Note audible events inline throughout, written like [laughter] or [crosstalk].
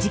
時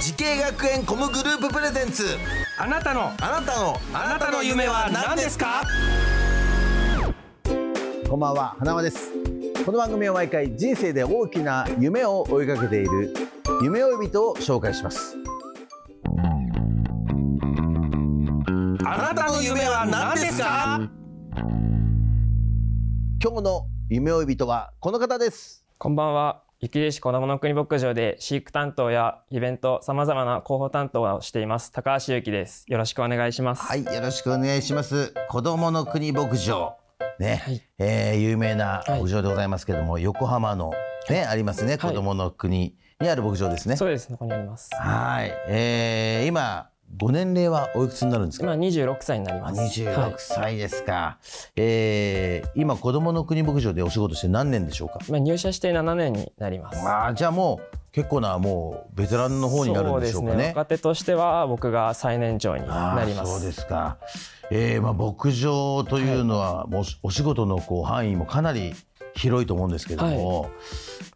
時系学園コムグループプレゼンツあなたのあなたのあなたの夢は何ですかこんばんは花輪ですこの番組は毎回人生で大きな夢を追いかけている夢追い人を紹介しますあなたの夢は何ですか今日の夢追い人はこの方ですこんばんは。雪印こどもの国牧場で飼育担当やイベント、さまざまな広報担当をしています。高橋由紀です。よろしくお願いします。はいよろしくお願いします子供の国牧場ね、はいえー有名なはい牧場でございますけども、横浜のね、ありますね子供の国にある牧場ですねそうです。ここにあります。はい、えー、今ご年齢はおいくつになるんですか今26歳になりあます。はい26歳ですか、えー今子どもの国牧場でお仕事して何年でしょうかまあ入社して7年になります。まあじゃあもう結構なもうベテランの方になるんでしょうかそうですね。ね。若手としては僕が最年長にあなあります。そうですか。えー、まあ牧場というのはもうお仕事のこう範囲もかなり広いと思うんですけども、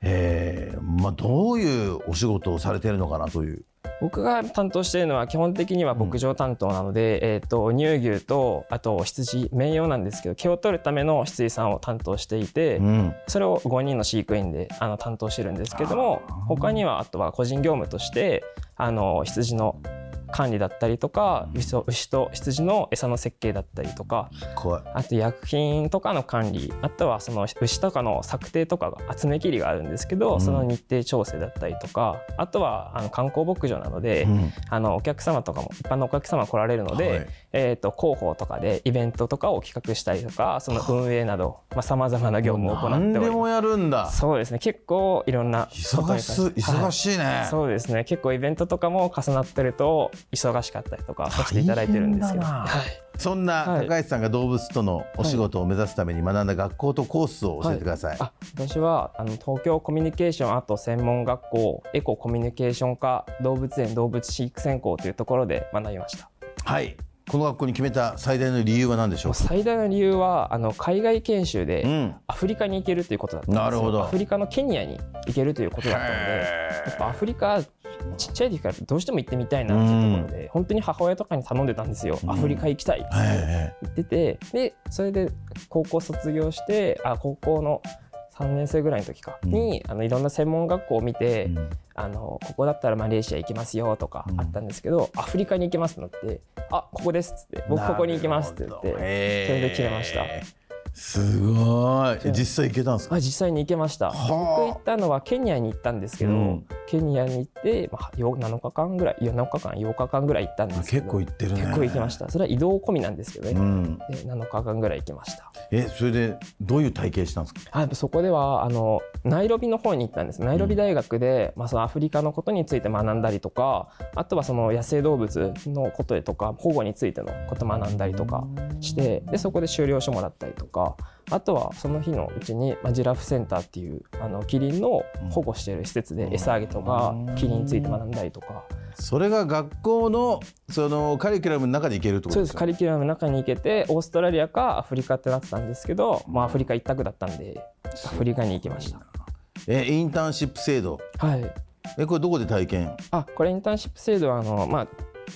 えーまあどういうお仕事をされてるのかなという。僕が担当しているのは基本的には牧場担当なので、えー、と乳牛とあと羊綿羊なんですけど毛を取るための羊さんを担当していて、うん。それを5人の飼育員であの担当してるんですけども他にはあとは個人業務としてあの羊の管理だったりとか牛と牛と羊の餌の設計だったりとか怖い。あと薬品とかの管理あとはその牛とかの策定とかが集め切りがあるんですけうどんその日程調整だったりとかあとはあの観光牧場なのうでんあのお客様とかも一般のお客様来られるので、はいえー、と広報とかでイベントとかを企画したりとかその運営などさまざ、まな業務を行何っておでりもますやるんだ。そうですね結構いろんなこと忙にし関して忙しいね。はいそうですね結構イベントとかも重なってると忙しかったりとかさせていただいてるんですけど大変だなはいそんなはい高橋さんが動物とのお仕事を目指すために学んだ学校とコースを教えてください。あ私はあの東京コミュニケーションアート専門学校エココミュニケーション科動物園動物飼育専攻というところで学びましたはい。この学校に決めた最大の理由は何でしょうか。最大の理由はあの海外研修で、うん。アフリカに行けるということだったんですよなるほどアフリカのケニアに行けるということだったのでやっぱアフリカちっちゃい時からどうしても行ってみたいなっていうところで、本当に母親とかに頼んでたんですよ、うんアフリカ行きたいってへ言っててでそれで高校卒業してあ高校の3年生ぐらいの時かに、あのいろんな専門学校を見て、え。あのここだったらマレーシア行きますよとかうんあったんですけど、アフリカに行きますってなってあここですっつって僕ここに行きますって言っなてるほどへーそれで決めましたすごい。え実際行けたんですか。あ実際に行けました僕行ったのはケニアに行ったんですけど、うんケニアに行って、まあ、よ7日間ぐらいいや7日間8日間ぐらい行ったんですけど行ってるね結構行きまし。たそれは移動込みなんですけどうね、ん。で7日間ぐらい行きましたえそれでどういう体験したんですか。あやっぱそこではあのナイロビの方に行ったんですナイロビ大学で、まあ、そのアフリカのことについて学んだりとかあとはその野生動物のことでとか保護についてのこと学んだりとかしてでそこで修了書もらったりとかあとはその日のうちに、まあ、ジラフセンターっていうあのキリンの保護している施設で餌あげとかキリンについて学んだりとかそれが学校のそのカリキュラムの中で行けるってこそとでうですすか。カリキュラムの中に行けてオーストラリアかアフリカってなってたんですけど、まあ、アフリカ一択だったんでアフリカに行きました。えインターンシップ制度。はいえこれどこで体験。あこれインターンシップ制度はあの、ま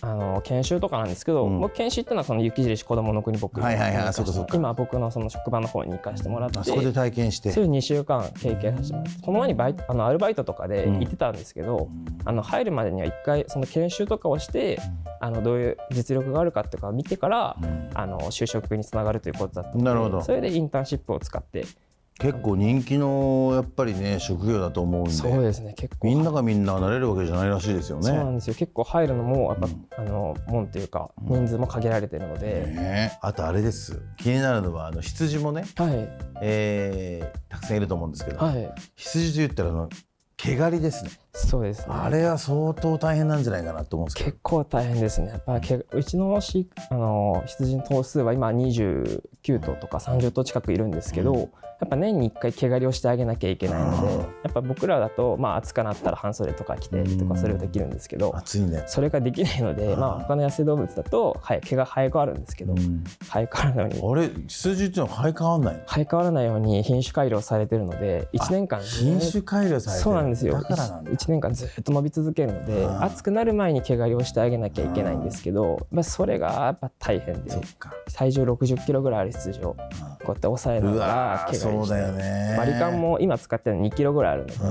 あ、あの研修とかなんですけど、うん僕研修っていうのはその雪印子どもの国僕はいはいはいに生かしてそうかそうか今僕のその職場の方に行かしてもらってあそこで体験してそ。れ2週間経験させてもらってこの前にバイトあのアルバイトとかでうん行ってたんですけど、あの入るまでには1回その研修とかをして、あのどういう実力があるかっていうかを見てから、うんあの就職につながるということだったのでなるほどそれでインターンシップを使って結構人気のやっぱりね職業だと思うんで。そうですね結構みんながみんななれるわけじゃないらしいですよそうなんね。ですよ結構入るのもやっぱ、うんあの門というか人数も限られてるので、ねあとあれです気になるのはあの羊もね、はいえーたくさんいると思うんですけど、はい羊と言ったらあの毛刈りですねそうですねあれは相当大変なんじゃないかなと思うんですけど結構大変ですねやっぱけうちの飼育あの羊の頭数は今29頭とか30頭近くいるんですけど、やっぱ年に1回毛刈りをしてあげなきゃいけないので、うんやっぱ僕らだと、まあ、暑くなったら半袖とか着てとかそれをできるんですけど、暑いね、それができないので、まあ、他の野生動物だと、はい、毛が生え変わるんですけど、うん生え変わらないようにあれ羊っていうのは生え変わんないの生え変わらないように品種改良されてるので1年間ずっ品と種改良されてるそうなんですよだからなんだ 1, 年間ずっと伸び続けるのであー暑くなる前に毛刈りをしてあげなきゃいけないんですけどまあ、それがやっぱ大変でそっか体重6 0キロぐらいある羊をこうやって抑えなうがわらー毛刈そりうしてだよねバリカンも今使ってるの2キロぐらいあるのでうー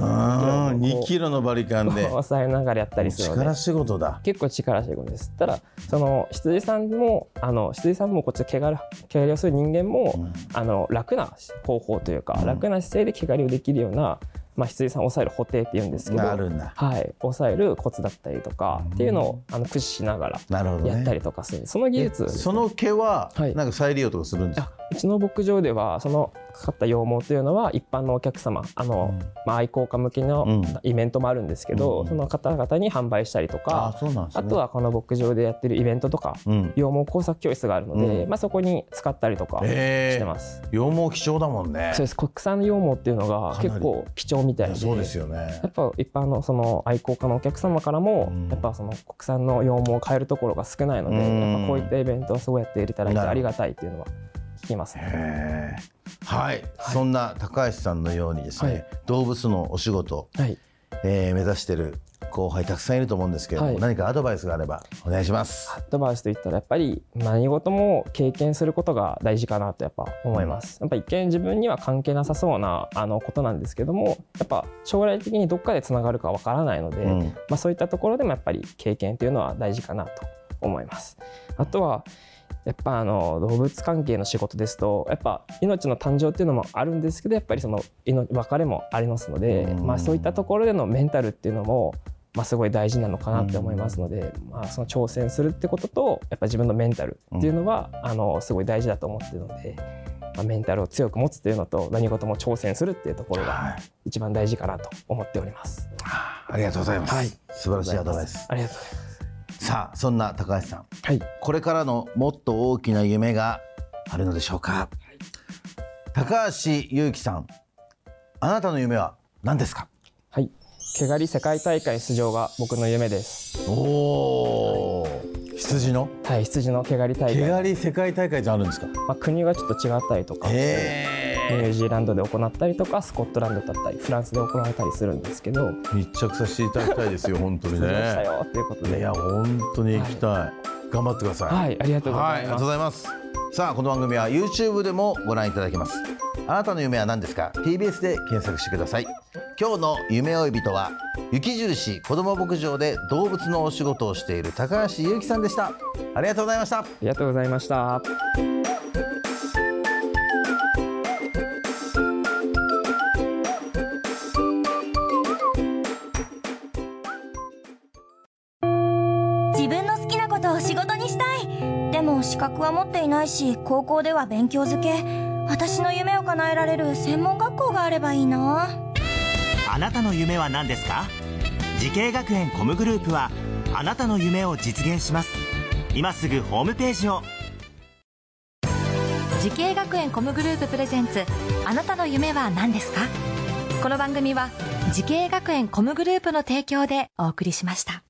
ん2キロのバリカンで [laughs] 抑えながらやったりするので力仕事だ結構力仕事です。ただその羊さんもあの羊さんもこっちで毛刈り毛刈りをする人間も、うんあの楽な方法というか、うん楽な姿勢で毛刈りをできるような、まあ、羊さんを抑える補定っていうんですけど、があるんだはい、抑えるコツだったりとか、っていうのをあの駆使しながらなるほどねやったりとかする、その技術えその毛ははいなんか再利用とかするんですか、あうちの牧場ではそのかかった羊毛というのは一般のお客様あの、まあ、愛好家向けうのんイベントもあるんですけど、うんその方々に販売したりとかあ、そうなんですねあとはこの牧場でやってるイベントとかうん羊毛工作教室があるので、うんまあ、そこに使ったりとかしえーてます。羊毛貴重だもんねそうです国産の羊毛っていうのがかなり結構貴重みたいいでやそうですよねやっぱ一般のその愛好家のお客様からもうんやっぱその国産の羊毛を買えるところが少ないのでうんやっぱこういったイベントはすごいやっていただないてるほどありがたいっていうのは聞きますね。へーはい、そんな高橋さんのようにですね、はい動物のお仕事、はいえー目指してる後輩たくさんいると思うんですけれども、はい何かアドバイスがあればお願いします。アドバイスといったらやっぱり何事も経験することが大事かなとやっぱ思います。やっぱ一見自分には関係なさそうなあのことなんですけどもやっぱ将来的にどっかでつながるかわからないので、うんまあ、そういったところでもやっぱり経験というのは大事かなと思います。あとはやっぱあの動物関係の仕事ですとやっぱ命の誕生っていうのもあるんですけどやっぱりその命別れもありますので、うんまあ、そういったところでのメンタルっていうのも、まあ、すごい大事なのかなって思いますので、まあ、その挑戦するってこととやっぱ自分のメンタルっていうのは、あのすごい大事だと思ってるので、まあ、メンタルを強く持つっていうのと何事も挑戦するっていうところがはい、一番大事かなと思っております。ありがとうございます。素晴らしいアドバイス。ありがとうございます。さあ、そんな高橋さん、はいこれからのもっと大きな夢があるのでしょうか。高橋祐樹さん、あなたの夢は何ですか。はい、毛刈り世界大会出場が僕の夢です。おお、羊のはい、羊の毛刈り大毛刈会、り世界大会じゃあるんですか。まあ、国がちょっと違ったりとか、ニュえージーランドで行ったりとか、スコットランドだったり、フランスで行われたりするんですけど、え密着させていただきたいですよ、本当に [laughs] 出場したね。よということいで、や、本当に行きたい。頑張ってください。はい、ありがとうごはい、ありざいがとまうすご。ざいます。さあ、この番組は YouTube でもご覧いただけます。あなたの夢は何ですか ?TBS で検索してください。今日の夢追い人は、雪印子ども牧場で動物のお仕事をしている高橋祐樹さんでした。ありがとうございました。ありがとうございました。自分の好きなことを仕事にしたいでも資格は持っていないし高校では勉強づけ私の夢を叶えられる専門学校があればいいなあなたの夢は何ですか時系学園コムグループはあなたの夢を実現します今すぐホームページを時系学園コムグループプレゼンツあなたの夢は何ですかこの番組は時系学園コムグループの提供でお送りしました